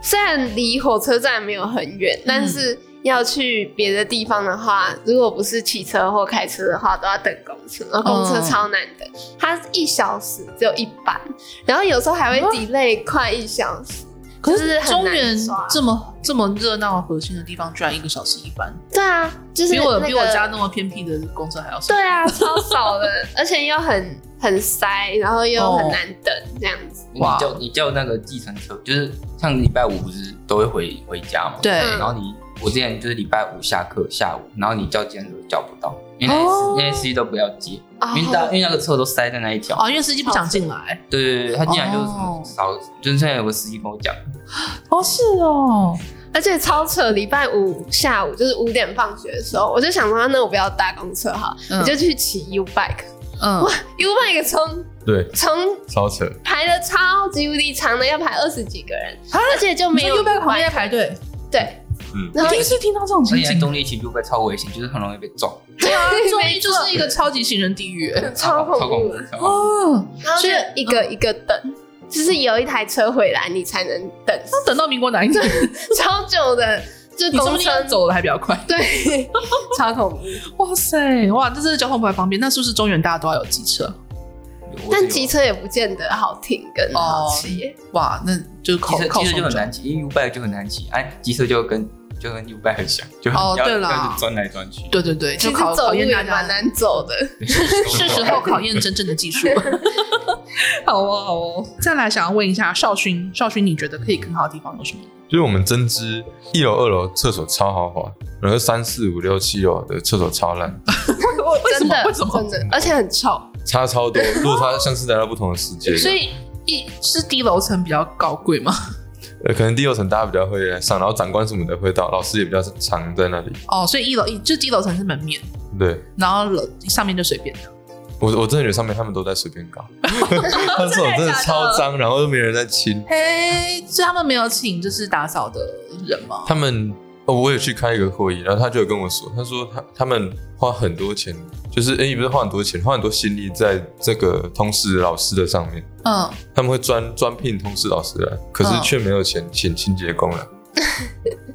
[SPEAKER 3] 虽然离火车站没有很远，但是要去别的地方的话，如果不是骑车或开车的话，都要等公车，然后公车超难等，它一小时只有一班，然后有时候还会 delay 快一小时。
[SPEAKER 2] 可
[SPEAKER 3] 就是很
[SPEAKER 2] 中
[SPEAKER 3] 难
[SPEAKER 2] 原
[SPEAKER 3] 刷
[SPEAKER 2] 这么这么热闹核心的地方，居然一个小时一班，
[SPEAKER 3] 对啊，就是、
[SPEAKER 2] 比
[SPEAKER 3] 那
[SPEAKER 2] 我
[SPEAKER 3] 个、
[SPEAKER 2] 比我家那么偏僻的公车还要少。
[SPEAKER 3] 对啊，超少的，而且又很很塞，然后又很难等这样子。
[SPEAKER 7] 你
[SPEAKER 2] 哇
[SPEAKER 7] 叫你叫那个计程车，就是像礼拜五不是都会回回家嘛？。
[SPEAKER 2] 对
[SPEAKER 3] 嗯
[SPEAKER 7] 然后你我之前就是礼拜五下课下午，然后你叫计程车叫不到，因为那些
[SPEAKER 2] 哦
[SPEAKER 7] 司那些司机都不要接，
[SPEAKER 3] 哦
[SPEAKER 7] 因为大因为那个车都塞在那一条。
[SPEAKER 2] 哦，因为司机不想进来。
[SPEAKER 7] 对对对，他进来就是什
[SPEAKER 2] 哦
[SPEAKER 7] 么少，就是现在有个司机跟我讲，
[SPEAKER 2] 哦，是哦，
[SPEAKER 3] 而且超扯，礼拜五下午就是五点放学的时候，我就想说，那我不要搭公车哈，
[SPEAKER 2] 嗯
[SPEAKER 3] 我就去骑 U bike。
[SPEAKER 2] 嗯
[SPEAKER 3] 哇，U bike 从
[SPEAKER 6] 对，
[SPEAKER 3] 从
[SPEAKER 6] 超扯。
[SPEAKER 3] 排的超级无敌长的，要排二十几个人，而且就没有
[SPEAKER 2] 右边
[SPEAKER 3] U-bike
[SPEAKER 2] 旁边在排队，
[SPEAKER 3] 对，
[SPEAKER 6] 嗯
[SPEAKER 3] 然后
[SPEAKER 2] 第一次听到这种
[SPEAKER 7] 而
[SPEAKER 2] 情
[SPEAKER 7] 且在
[SPEAKER 2] 景。
[SPEAKER 7] 中立骑 U 会超危险，就是很容易被撞，
[SPEAKER 2] 对啊，中立
[SPEAKER 3] 没错
[SPEAKER 2] 就是一个超级行人地狱。
[SPEAKER 3] 超
[SPEAKER 7] 超恐
[SPEAKER 3] 恐
[SPEAKER 7] 怖
[SPEAKER 3] 怖，
[SPEAKER 7] 的。超恐怖
[SPEAKER 2] 哦，
[SPEAKER 3] 然后就
[SPEAKER 2] 所以
[SPEAKER 3] 一个一个等，就是有一台车回来你才能等，
[SPEAKER 2] 那等到民国哪一年？
[SPEAKER 3] 超久的，就
[SPEAKER 2] 你中
[SPEAKER 3] 公车
[SPEAKER 2] 间走的还比较快。
[SPEAKER 3] 对，超恐怖。
[SPEAKER 2] 哇塞，哇，这真的交通不太方便。那是不是中原大家都要有机车？
[SPEAKER 7] 我
[SPEAKER 3] 但
[SPEAKER 7] 是有哦
[SPEAKER 3] 机车也不见得好停跟好
[SPEAKER 2] 哦
[SPEAKER 3] 骑，
[SPEAKER 2] 哇，那就是
[SPEAKER 7] 机
[SPEAKER 2] 靠
[SPEAKER 7] 车
[SPEAKER 2] 靠
[SPEAKER 7] 机车
[SPEAKER 2] 手
[SPEAKER 7] 就很
[SPEAKER 2] 转
[SPEAKER 7] 难骑，因为 U bike 就很难骑，哎，机车就跟就跟 U bike 很像，就很
[SPEAKER 2] 哦
[SPEAKER 7] 要
[SPEAKER 2] 对啦
[SPEAKER 7] 要是钻来钻去。
[SPEAKER 2] 对对对，
[SPEAKER 3] 其实
[SPEAKER 2] 就考
[SPEAKER 3] 走
[SPEAKER 2] 考
[SPEAKER 3] 路
[SPEAKER 2] 验
[SPEAKER 3] 也
[SPEAKER 2] 大
[SPEAKER 3] 蛮
[SPEAKER 2] 家，
[SPEAKER 3] 难走的。
[SPEAKER 2] 是时候考验真正的技术。 好哦，好哦。再来，想要问一下少勋，少勋，你觉得可以更好的地方有什么？
[SPEAKER 6] 就是我们针织一楼、二楼厕所超豪华，然后三四五六七楼的厕所超烂，
[SPEAKER 2] 为什
[SPEAKER 3] 真
[SPEAKER 2] 么？
[SPEAKER 3] 的
[SPEAKER 2] 为什么？
[SPEAKER 3] 真的，而且很臭。
[SPEAKER 6] 差超多，落差像是来到不同的世界。
[SPEAKER 2] 所以一是低楼层比较高贵吗？
[SPEAKER 6] 呃，可能第六层大家比较会来上，然后长官什么的会到，老师也比较常在那里。
[SPEAKER 2] 哦，所以一楼一就低楼层是门面，
[SPEAKER 6] 对
[SPEAKER 2] 然后楼上面就随便的。
[SPEAKER 6] 我，我真的觉得上面他们都在随便 搞， 他这种真的超脏，然后又没人在清。
[SPEAKER 2] 嘿，所以他们没有请就是打扫的人吗？
[SPEAKER 6] 他们，哦，我也去开一个会议，然后他就有跟我说，他说他他们花很多钱，就是哎，诶不是花很多钱，花很多心力在这个通识老师的上面。
[SPEAKER 2] 嗯，
[SPEAKER 6] 他们会专专聘通识老师来，可是
[SPEAKER 2] 嗯
[SPEAKER 6] 却没有钱请清洁工来。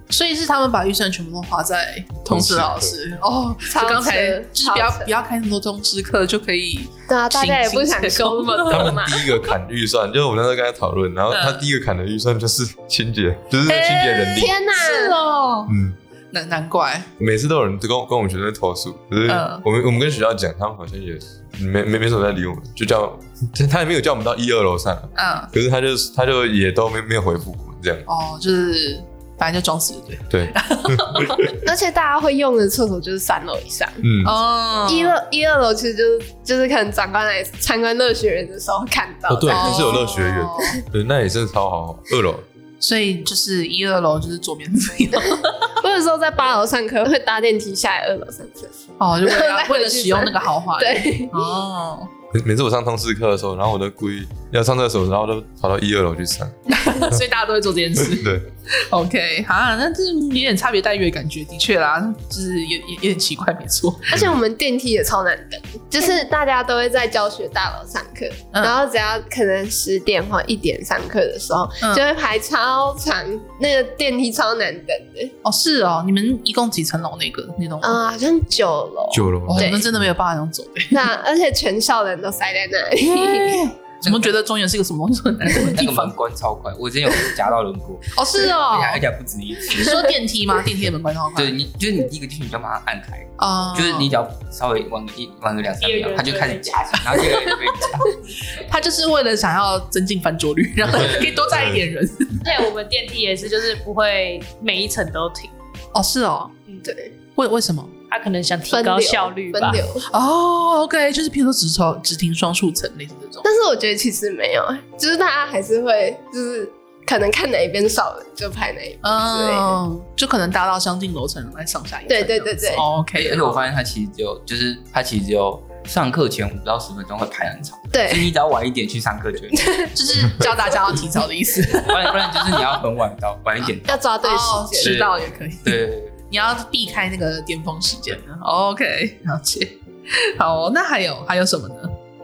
[SPEAKER 2] 所以是他们把预算全部都花在通识老师哦。
[SPEAKER 3] 超
[SPEAKER 2] 就刚才
[SPEAKER 3] 扯
[SPEAKER 2] 就是不要
[SPEAKER 3] 超扯
[SPEAKER 2] 不要开那么多通识课就可以
[SPEAKER 3] 对啊，大家也不想
[SPEAKER 2] 请
[SPEAKER 3] 收那么
[SPEAKER 6] 他
[SPEAKER 3] 多
[SPEAKER 6] 们
[SPEAKER 3] 嘛。
[SPEAKER 6] 第一个砍预算，就是我们那时候跟他讨论，然后他第一个砍的预算就是 清洁，就是清洁人力。
[SPEAKER 3] 哎天啊哪！
[SPEAKER 2] 是哦，
[SPEAKER 6] 嗯，
[SPEAKER 2] 难难怪
[SPEAKER 6] 每次都有人跟我跟我们学生投诉，可是
[SPEAKER 2] 嗯
[SPEAKER 6] 我们、我们跟学校讲，他们好像也没没没什么在理我们，就叫 他也没有叫我们到一二楼上，
[SPEAKER 2] 嗯
[SPEAKER 6] 可是他就他就也都没没有回复我们这样。
[SPEAKER 2] 哦，就是反正就装死就对
[SPEAKER 6] 对，
[SPEAKER 3] 而且大家会用的厕所就是三楼以上，
[SPEAKER 6] 嗯，
[SPEAKER 2] 哦
[SPEAKER 3] 一二一二楼其实就是就是可能长官来参观乐学园的时候会看到
[SPEAKER 6] 哦对，
[SPEAKER 3] 的
[SPEAKER 6] 就是有乐学园，对，那也真的超好，二楼。
[SPEAKER 2] 哦所以就是一二楼就是左边这 一楼
[SPEAKER 3] 我有时候在八楼上课会搭电梯下来二楼上厕所。
[SPEAKER 2] 哦，就为了
[SPEAKER 3] 来
[SPEAKER 2] 为了使用那个豪华
[SPEAKER 7] 哎
[SPEAKER 2] 的
[SPEAKER 3] 对，
[SPEAKER 2] 哦，
[SPEAKER 6] 每每次我上通识课的时候，然后我都故意要上厕所，然后都跑到一二楼去上。
[SPEAKER 2] 所以大家都会做这件事。
[SPEAKER 6] 对，
[SPEAKER 2] OK，啊，那这有点差别待遇的感觉，的确啦，就是也也有点奇怪，没错。
[SPEAKER 3] 而且我们电梯也超难等，就是大家都会在教学大楼上课，
[SPEAKER 2] 嗯
[SPEAKER 3] 然后只要可能十点或一点上课的时候，
[SPEAKER 2] 嗯
[SPEAKER 3] 就会排超长，那个电梯超难等的。
[SPEAKER 2] 哦，是哦，你们一共几层楼那个那栋？
[SPEAKER 3] 嗯，好像九楼，
[SPEAKER 6] 九楼
[SPEAKER 2] 哦，
[SPEAKER 3] 对
[SPEAKER 2] 那真的没有办法这样走的。
[SPEAKER 3] 那而且全校人都塞在那里，
[SPEAKER 2] 怎么觉得中原是一个什么 东西很难的
[SPEAKER 7] 那
[SPEAKER 2] 地
[SPEAKER 7] 个
[SPEAKER 2] 方
[SPEAKER 7] 门？关超快，我之前有夹到轮廓，
[SPEAKER 2] 哦，是哦
[SPEAKER 7] 而且，而且还不止一
[SPEAKER 2] 你
[SPEAKER 7] 次。
[SPEAKER 2] 说电梯吗？电梯的门关超快。
[SPEAKER 7] 哎对你，就是你第一个进去，你就把它按开，
[SPEAKER 2] 啊，
[SPEAKER 7] 就是你只要稍微晚个一晚个两三
[SPEAKER 8] 第
[SPEAKER 7] 秒
[SPEAKER 8] 二，个人
[SPEAKER 7] 它就开始夹起来，然后第二个人就被夹。
[SPEAKER 2] 他就是为了想要增进翻桌率，然后可以多载一点人。
[SPEAKER 8] 而且我们电梯也是，就是不会每一层都停，
[SPEAKER 2] 哦，是哦，
[SPEAKER 3] 对，
[SPEAKER 2] 为为什么？
[SPEAKER 8] 他可能想提
[SPEAKER 3] 分
[SPEAKER 8] 高
[SPEAKER 3] 流
[SPEAKER 8] 效率
[SPEAKER 3] 分
[SPEAKER 8] 吧。
[SPEAKER 3] 流。
[SPEAKER 2] 哦，OK，就是譬如说只抽只停双数层类似这种。
[SPEAKER 3] 但是我觉得其实没有，就是大家还是会就是可能看哪一边少了就拍哪一边。
[SPEAKER 2] 嗯，就可能搭到相近楼层来上下一层这
[SPEAKER 3] 对
[SPEAKER 2] 样子。
[SPEAKER 3] 对对对
[SPEAKER 2] 哦
[SPEAKER 7] 而且而
[SPEAKER 2] ，OK，
[SPEAKER 7] 且我发现他其实只有，就是他其实只有上课前五到十分钟会排很长，
[SPEAKER 3] 对
[SPEAKER 7] 所以你只要晚一点去上课就，
[SPEAKER 2] 就是教大家要提早的意思，
[SPEAKER 7] 不然不然就是你要很晚到晚一点到
[SPEAKER 3] 要，抓对
[SPEAKER 2] 哦，
[SPEAKER 3] 时间。
[SPEAKER 7] 间
[SPEAKER 2] 迟到也可以。
[SPEAKER 7] 对对对，
[SPEAKER 2] 你要避开那个巅峰时间。OK，了哦解。好哦、那还有还有什么呢？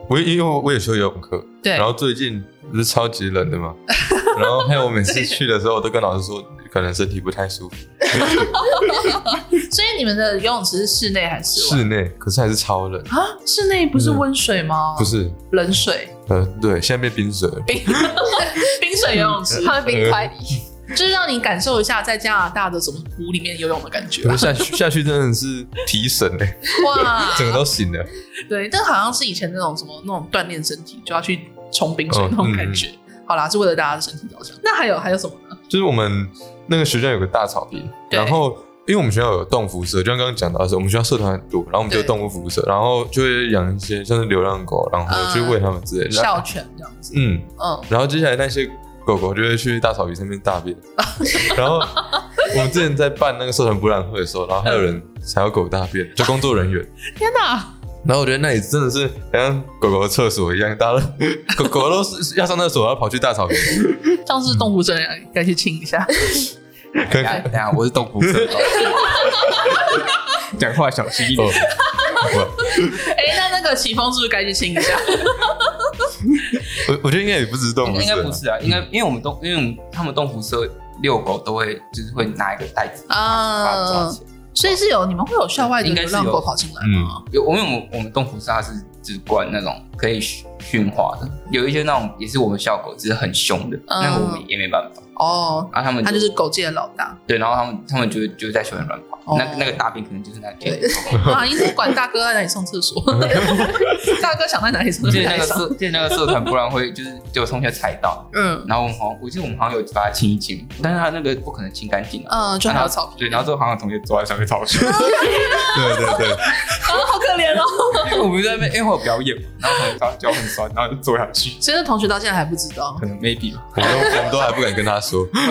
[SPEAKER 6] 我因为我我也修游泳课，
[SPEAKER 2] 对
[SPEAKER 6] 然后最近不是超级冷的嘛，然后还有我每次去的时候，我都跟老师说可能身体不太舒服，
[SPEAKER 2] 所以你们的游泳池是室内还是室外
[SPEAKER 6] 室内可是还是超冷，
[SPEAKER 2] 啊？室内不是温水吗？
[SPEAKER 6] 不，是，
[SPEAKER 2] 冷水，
[SPEAKER 6] 呃，对，现在变冰水了，
[SPEAKER 2] 冰水游泳池，
[SPEAKER 3] 放在冰块里，
[SPEAKER 2] 就是让你感受一下在加拿大的什么湖里面游泳的感觉
[SPEAKER 6] 我
[SPEAKER 2] 吧。
[SPEAKER 6] 下去下去真的是提神嘞、
[SPEAKER 2] 哇，
[SPEAKER 6] 整个都醒了。
[SPEAKER 2] 对，但好像是以前那种什么那种锻炼身体就要去冲冰水
[SPEAKER 6] 嗯
[SPEAKER 2] 那种感觉。好啦，是为了大家的身体着想。那还有还有什么呢？
[SPEAKER 6] 就是我们那个学校有个大草坪，
[SPEAKER 2] 对
[SPEAKER 6] 然后因为我们学校有动物社，就像刚刚讲到的是，我们学校社团很多，然后我们就有
[SPEAKER 2] 对
[SPEAKER 6] 动物服务社，然后就会养一些像是流浪狗，然后
[SPEAKER 7] 啊
[SPEAKER 6] 去喂它们之类的。
[SPEAKER 2] 哮犬这样子，
[SPEAKER 6] 嗯，
[SPEAKER 2] 嗯，
[SPEAKER 6] 然后接下来那些狗狗就会去大草坪上面大便，
[SPEAKER 7] 哦
[SPEAKER 6] 然后我们之前在办那个社团博览会的时候，然后还有人踩到狗大 便，就工作人员。
[SPEAKER 2] 天 哪，
[SPEAKER 6] 然后我觉得那里真的是好像狗狗的厕所一样，大家都 狗狗都是要上厕所，然后跑去大 草坪，
[SPEAKER 2] 像是动物这样，该去亲一下。
[SPEAKER 6] 可
[SPEAKER 7] 等一下等一下我是动 物社的，讲话小心一
[SPEAKER 6] 哦
[SPEAKER 7] 点。
[SPEAKER 2] 哎、那那个起风是不是该去亲一下？
[SPEAKER 6] 我我觉得应该也不只是动物
[SPEAKER 7] 应
[SPEAKER 6] 社
[SPEAKER 7] 该
[SPEAKER 6] 啊，
[SPEAKER 7] 不是啊，应该因为我们动，因为我们他们动服社遛狗都会就是会拿一个袋
[SPEAKER 2] 嗯
[SPEAKER 7] 子把它抓
[SPEAKER 2] 啊
[SPEAKER 7] 起，来。
[SPEAKER 2] 所以是有你们会有校外的
[SPEAKER 7] 应该
[SPEAKER 2] 流
[SPEAKER 7] 是
[SPEAKER 2] 浪
[SPEAKER 7] 有嗯
[SPEAKER 2] 狗跑进来吗？
[SPEAKER 7] 有，因为我们我们动服社它是只管那种可以驯驯化的，有一些那种也是我们校狗，只是很凶的，
[SPEAKER 2] 嗯
[SPEAKER 7] 那个我们也没办法。
[SPEAKER 2] 哦，
[SPEAKER 7] 啊，他们
[SPEAKER 2] 它就是狗界的老大。
[SPEAKER 7] 对，然后他们他们就就在球园乱跑，
[SPEAKER 2] 哦
[SPEAKER 7] 那那个大便可能就是那
[SPEAKER 2] 对
[SPEAKER 7] 天。，
[SPEAKER 2] 不好意思，管大哥在哪里上厕 所，大哥想在哪里上厕
[SPEAKER 7] 我
[SPEAKER 2] 所
[SPEAKER 7] 记
[SPEAKER 2] 就在
[SPEAKER 7] 得那
[SPEAKER 2] 哪
[SPEAKER 7] 个
[SPEAKER 2] 里上。
[SPEAKER 7] 社，记得那个社团，不然会就是就有同学踩到，
[SPEAKER 2] 嗯
[SPEAKER 7] 然后我们好像，我记得我们好像有把它清一清，但是它那个不可能清干净啊。
[SPEAKER 2] 嗯，就还有草
[SPEAKER 7] 对，
[SPEAKER 2] 坪，
[SPEAKER 7] 然后之后好像有同学坐在上面 吵架，
[SPEAKER 6] 对对对。
[SPEAKER 2] 好可怜哦。
[SPEAKER 7] 因为我们在那边，因为我有表演嘛，然后可能他脚很酸，然后就坐下去，
[SPEAKER 2] 所以那同学到现在还不知道
[SPEAKER 7] 可。能 maybe 吧。
[SPEAKER 6] 我们都我们都还不敢跟他说。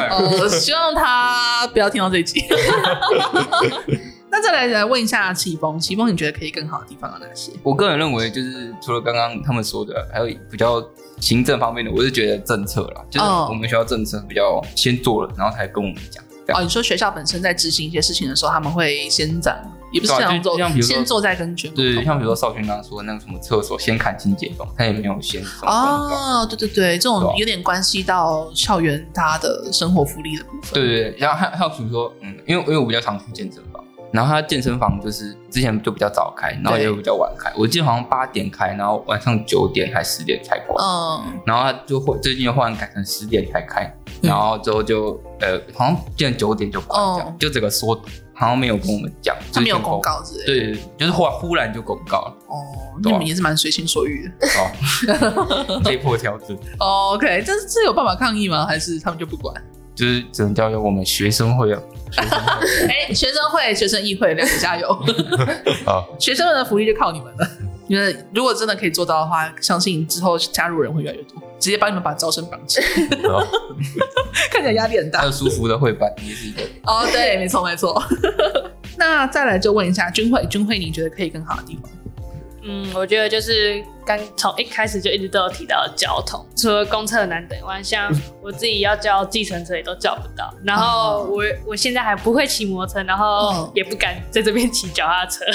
[SPEAKER 2] 呃，希望他不要听到这一集。 那再来来问一下启峰，启峰你觉得可以更好的地方有哪些？
[SPEAKER 7] 我个人认为，就是除了刚刚他们说的，还有比较行政方面的，我是觉得政策啦，就是
[SPEAKER 2] 哦
[SPEAKER 7] 我们学校政策比较先做了，然后才跟我们讲。这
[SPEAKER 2] 哦，
[SPEAKER 7] 样
[SPEAKER 2] 你说学校本身在执行一些事情的时候，他们会先展，也不是
[SPEAKER 7] 对啊
[SPEAKER 2] 先
[SPEAKER 7] 就
[SPEAKER 2] 做
[SPEAKER 7] 像比，如说
[SPEAKER 2] 先做再跟全部嗯
[SPEAKER 7] 对，
[SPEAKER 2] 同
[SPEAKER 7] 像比如说少轩刚刚说那个什么厕所先砍清洁工，他也没有先什么公告
[SPEAKER 2] 哦，对对对，这
[SPEAKER 7] 对
[SPEAKER 2] 种
[SPEAKER 7] 啊
[SPEAKER 2] 有点关系到校园它的生活福利的部分。
[SPEAKER 7] 对对对，然后还还有比如说，嗯，因为因为我比较常去健身房，然后他健身房就是之前就比较早开，然后也有比较晚开，我记得好像八点开，然后晚上九点还十点才关，
[SPEAKER 2] 嗯，
[SPEAKER 7] 然后他就换最近又换改成十点才开，然后之后就呃好像变九点就关这样，
[SPEAKER 2] 哦
[SPEAKER 7] 就整个缩短，好像没有跟我们讲，
[SPEAKER 2] 他没有
[SPEAKER 7] 就是先
[SPEAKER 2] 公，告之类的。
[SPEAKER 7] 对对，对就是忽然忽然就公告 了，
[SPEAKER 2] 哦，
[SPEAKER 7] 对
[SPEAKER 2] 你
[SPEAKER 7] 啊
[SPEAKER 2] 们也是蛮随心所欲的。
[SPEAKER 7] 哦，被迫调整，
[SPEAKER 2] 哦 OK，这这有办法抗议吗？还是他们就不管？
[SPEAKER 7] 就是只能交由我们学生会啊，学生 会。
[SPEAKER 2] 哎，学生会、学生议会两个加 油，
[SPEAKER 6] 好，
[SPEAKER 2] 学生们的福利就靠你们了。因为如果真的可以做到的话，相信之后加入人会越来越多，直接帮你们把招生绑 起来，
[SPEAKER 6] 好，
[SPEAKER 2] 看起来压力很大
[SPEAKER 7] 还。有舒服的会班也是一个，
[SPEAKER 2] 哦，对， 没错没错。那再来就问一下军会，军会你觉得可以更好的地方？
[SPEAKER 8] 嗯，我觉得就是刚从一开始就一直都有提到交通，除了公车很难等以外，像
[SPEAKER 2] 嗯
[SPEAKER 8] 我自己要叫计程车也都叫不到，然后
[SPEAKER 2] 哦
[SPEAKER 8] 我我现在还不会骑摩托车，然后
[SPEAKER 2] 嗯
[SPEAKER 8] 也不敢在这边骑脚踏车，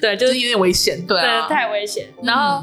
[SPEAKER 8] 对，就
[SPEAKER 2] 哦就是是有点危险，对啊，嗯
[SPEAKER 8] 对，太危险。然后、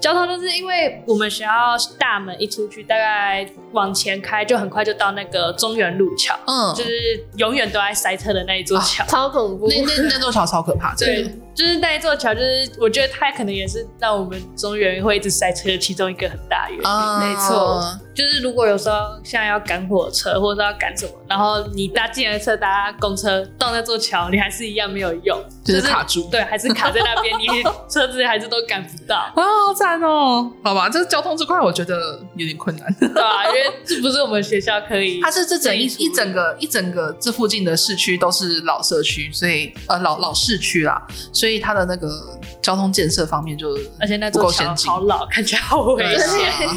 [SPEAKER 8] 交通就是因为我们学校大门一出去，大概往前开就很快就到那个中原路桥，
[SPEAKER 2] 嗯，
[SPEAKER 8] 就是永远都在塞车的那一座桥。
[SPEAKER 3] 超恐怖，
[SPEAKER 2] 那那那座桥超可怕，
[SPEAKER 8] 对
[SPEAKER 2] 真的，
[SPEAKER 8] 就是那一座桥，就是我觉得它可能也是让我们中原会一直塞车的其中一个很大原因。
[SPEAKER 2] 啊，
[SPEAKER 8] 没错，就是如果有时候像要赶火车或者是要赶什么，然后你搭计程车、搭公车到那座桥，你还是一样没有用，
[SPEAKER 2] 就是卡住
[SPEAKER 8] 对，还是卡在 那边，你车子还是都赶不到，
[SPEAKER 2] 啊，好惨哦！好吧，这交通这块我觉得有点困难。
[SPEAKER 8] 对吧、因为这不是我们学校可以，
[SPEAKER 2] 它是这整一
[SPEAKER 8] 自己处理
[SPEAKER 2] 一整个一整个这附近的市区都是老社区，所以呃老老市区啦，所以它的那个交通建设方面就
[SPEAKER 8] 而且那
[SPEAKER 2] 不
[SPEAKER 8] 座
[SPEAKER 2] 够
[SPEAKER 8] 桥
[SPEAKER 2] 先进。
[SPEAKER 8] 好老，看起来好危
[SPEAKER 2] 对
[SPEAKER 8] 险。
[SPEAKER 2] 啊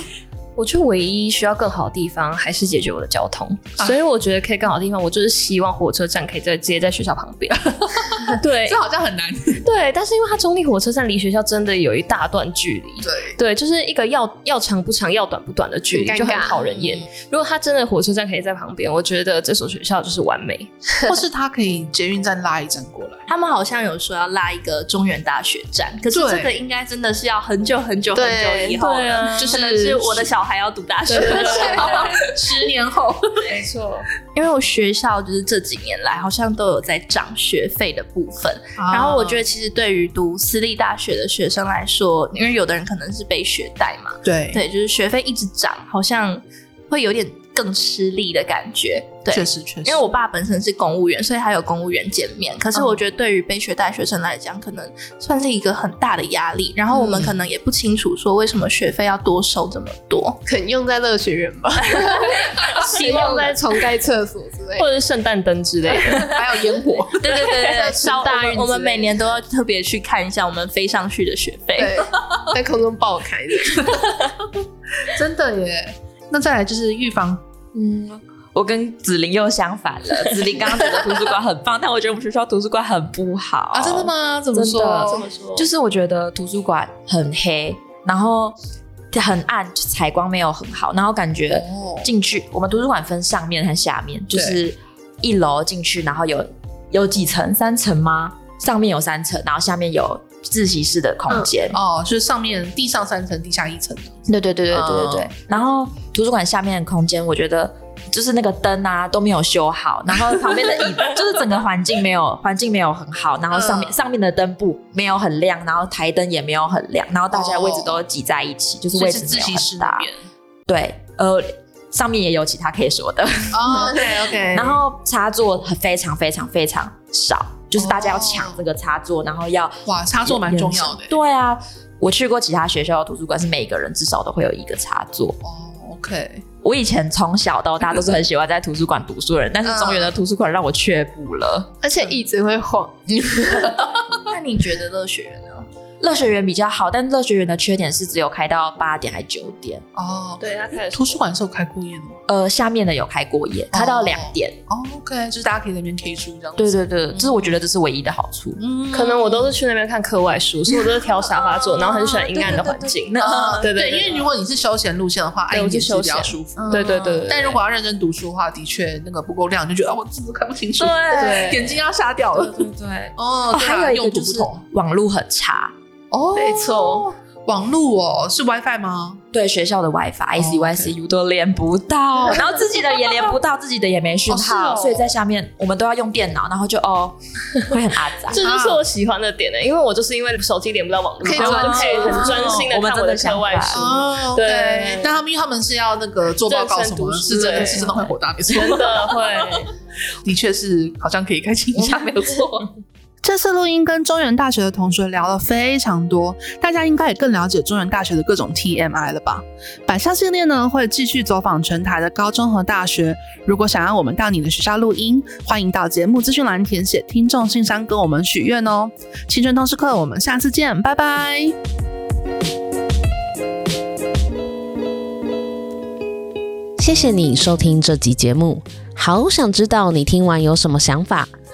[SPEAKER 9] 我觉得唯一需要更好的地方还是解决我的交通，
[SPEAKER 8] 啊
[SPEAKER 9] 所以我觉得可以更好的地方，我就是希望火车站可以在直接在学校旁 边。 对
[SPEAKER 2] 这好像很难。
[SPEAKER 9] 对，但是因为它中立火车站离学校真的有一大段距离，
[SPEAKER 2] 对，
[SPEAKER 9] 对，就是一个要要长不长，要短不短的距离，
[SPEAKER 3] 很尴
[SPEAKER 9] 就
[SPEAKER 3] 尬
[SPEAKER 9] 很讨人
[SPEAKER 1] 嗯
[SPEAKER 9] 厌。如果它真的火车站可以在旁边，我觉得这所学校就是完美。
[SPEAKER 2] 或是他可以捷运站拉一站过来。
[SPEAKER 1] 他们好像有说要拉一个中原大学站，可是
[SPEAKER 2] 对
[SPEAKER 1] 这个应该真的是要很久很久很久以后了，
[SPEAKER 9] 对啊
[SPEAKER 1] 就可能是我的小孩要读大学，
[SPEAKER 2] 十年后，
[SPEAKER 9] 没错，
[SPEAKER 1] 因为我学校就是这几年来好像都有在涨学费的部分，啊然后我觉
[SPEAKER 2] 哦
[SPEAKER 1] 得其实对于读私立大学的学生来说，因为有的人可能是背学贷嘛，
[SPEAKER 2] 对
[SPEAKER 1] 对，就是学费一直涨，好像会有点更吃力的感觉，对。
[SPEAKER 2] 确实确实，
[SPEAKER 1] 因为我爸本身是公务员，所以他有公务员减免。可是我觉得对于被学贷学生来讲，可能算是一个很大的压力。然后我们可能也不清楚说为什么学费要多收这么多。
[SPEAKER 3] 肯用在乐学 院吧，希望在重盖厕所之类的
[SPEAKER 9] 或。者是圣诞灯之类的。
[SPEAKER 2] 还有烟火，
[SPEAKER 1] 对对对对， 稍
[SPEAKER 3] 大
[SPEAKER 1] 我
[SPEAKER 3] 运
[SPEAKER 1] 们
[SPEAKER 3] 之
[SPEAKER 1] 我们
[SPEAKER 3] 类的
[SPEAKER 1] 每年都要特别去看一下我们飞上去的学费。
[SPEAKER 3] 对， 在空中爆开的，
[SPEAKER 2] 真的耶。那再来就是预防，
[SPEAKER 10] 嗯，我跟子玲又相反了。子玲刚刚觉得图书馆很棒，但我觉得我们学校图书馆很不好啊
[SPEAKER 2] 真的？吗？怎么
[SPEAKER 10] 真的
[SPEAKER 2] 说？
[SPEAKER 10] 么说？就是我觉得图书馆很黑，然后很暗，采光没有很好，然后感觉
[SPEAKER 2] 哦
[SPEAKER 10] 进去，我们图书馆分上面和下面，就
[SPEAKER 2] 对
[SPEAKER 10] 是一楼进去，然后有有几层，三层吗？上面有三层，然后下面有自习室的空间。
[SPEAKER 2] 哦，就是上面地上三层，地下一层。
[SPEAKER 10] 对对对对对对对。
[SPEAKER 2] 嗯
[SPEAKER 10] 然后图书馆下面的空间，我觉得就是那个灯啊都没有修好，然后旁边的椅就是整个环境 没有环境没有很好，然后上面、
[SPEAKER 2] 嗯
[SPEAKER 10] 上面的灯布没有很亮，然后台灯也没有很亮，然后大家的位置都挤在一起，就是
[SPEAKER 2] 哦所
[SPEAKER 10] 位
[SPEAKER 2] 以
[SPEAKER 10] 置
[SPEAKER 2] 是
[SPEAKER 10] 没
[SPEAKER 2] 自
[SPEAKER 10] 有
[SPEAKER 2] 习室
[SPEAKER 10] 很
[SPEAKER 2] 里
[SPEAKER 10] 大。
[SPEAKER 2] 面。
[SPEAKER 10] 对，呃，上面也有其他可以说的。
[SPEAKER 2] 哦，OK
[SPEAKER 9] 嗯
[SPEAKER 2] OK。
[SPEAKER 10] 然后插座非常非常非常少，就是大家要抢这个插座，然后要
[SPEAKER 2] 哇，插座蛮重要的。
[SPEAKER 10] 对啊，我去过其他学校的图书馆，是每个人至少都会有一个插座。
[SPEAKER 2] 哦，OK。
[SPEAKER 10] 我以前从小到大都是很喜欢在图书馆读书的人，但是中原
[SPEAKER 2] 嗯
[SPEAKER 10] 的图书馆让我却步了。
[SPEAKER 3] 而且椅子会晃。
[SPEAKER 1] 那你觉得乐学呢？
[SPEAKER 10] 乐学园比较好，但乐学园的缺点是只有开到八点还九点，
[SPEAKER 2] 哦，
[SPEAKER 9] 对，他开始
[SPEAKER 2] 图书馆是有开过夜的吗？
[SPEAKER 10] 呃，下面的有开过夜，开到两点。
[SPEAKER 2] 哦，OK，就是大家可以在那边 K 书这样。
[SPEAKER 10] 对，对对，这是我觉得这是唯一的好处。
[SPEAKER 2] 嗯
[SPEAKER 9] 可能我都是去那边看课外书，所以我都是挑沙发坐，然后很喜欢阴暗的环境。
[SPEAKER 2] 啊
[SPEAKER 9] 对
[SPEAKER 2] 对，
[SPEAKER 9] 对，
[SPEAKER 2] 因为如果你是休闲路线的话，
[SPEAKER 9] 对
[SPEAKER 2] 按一
[SPEAKER 9] 我是
[SPEAKER 2] 点是
[SPEAKER 9] 休
[SPEAKER 2] 比较
[SPEAKER 9] 闲嗯
[SPEAKER 2] 舒服。
[SPEAKER 9] 对对对对
[SPEAKER 2] 但如果要认真读书的话，的确那个不够亮，就觉得啊，我字都看不清楚，
[SPEAKER 9] 对啊
[SPEAKER 2] 眼睛要瞎掉了。
[SPEAKER 10] 对对。
[SPEAKER 2] 哦
[SPEAKER 10] 哦，
[SPEAKER 2] 对啊
[SPEAKER 10] 还有一
[SPEAKER 2] 用
[SPEAKER 10] 个
[SPEAKER 2] 途
[SPEAKER 10] 就
[SPEAKER 2] 不
[SPEAKER 10] 是
[SPEAKER 2] 同
[SPEAKER 10] 网络很差，
[SPEAKER 2] 哦，
[SPEAKER 3] 没错，
[SPEAKER 2] 网路哦，是 WiFi 吗？
[SPEAKER 10] 对学校的
[SPEAKER 2] 哦
[SPEAKER 10] WiFi、IC、YCU 都连不 到，然后自己的也连不到，自己的也没讯
[SPEAKER 2] 哦是
[SPEAKER 10] 号，
[SPEAKER 2] 哦
[SPEAKER 10] 所以在下面我们都要用电脑，然后就哦，会很阿杂。
[SPEAKER 9] 这就是我喜欢的点呢、因为我就是因为手机连不到网络，
[SPEAKER 3] 啊可以
[SPEAKER 9] 所以我
[SPEAKER 3] 专
[SPEAKER 9] 就可以
[SPEAKER 3] 注
[SPEAKER 9] 很专心的
[SPEAKER 10] 哦我们
[SPEAKER 9] 看
[SPEAKER 10] 真
[SPEAKER 9] 我
[SPEAKER 10] 的
[SPEAKER 9] 的
[SPEAKER 10] 想
[SPEAKER 9] 课外
[SPEAKER 10] 法
[SPEAKER 9] 书。
[SPEAKER 2] 哦，
[SPEAKER 9] 嗯对
[SPEAKER 2] 对，但他们因为他们是要那个做报告
[SPEAKER 9] 正
[SPEAKER 2] 什么的，是
[SPEAKER 9] 声读书
[SPEAKER 2] 真的
[SPEAKER 9] 对
[SPEAKER 2] 是真的会火大，没错，
[SPEAKER 9] 真的会，
[SPEAKER 2] 的确是好像可以开心一下，没有错。
[SPEAKER 5] 嗯 这次录音跟中原大学的同学聊了非常多，大家应该也更了解中原大学的各种 TMI 了吧？百校系列呢会继续走访全台的高中和大学，如果想要我们到你的学校录音，欢迎到节目资讯栏填写听众信箱跟我们许愿哦。青春通识课，我们下次见，拜拜。
[SPEAKER 4] 谢谢你收听这集节目，好想知道你听完有什么想法，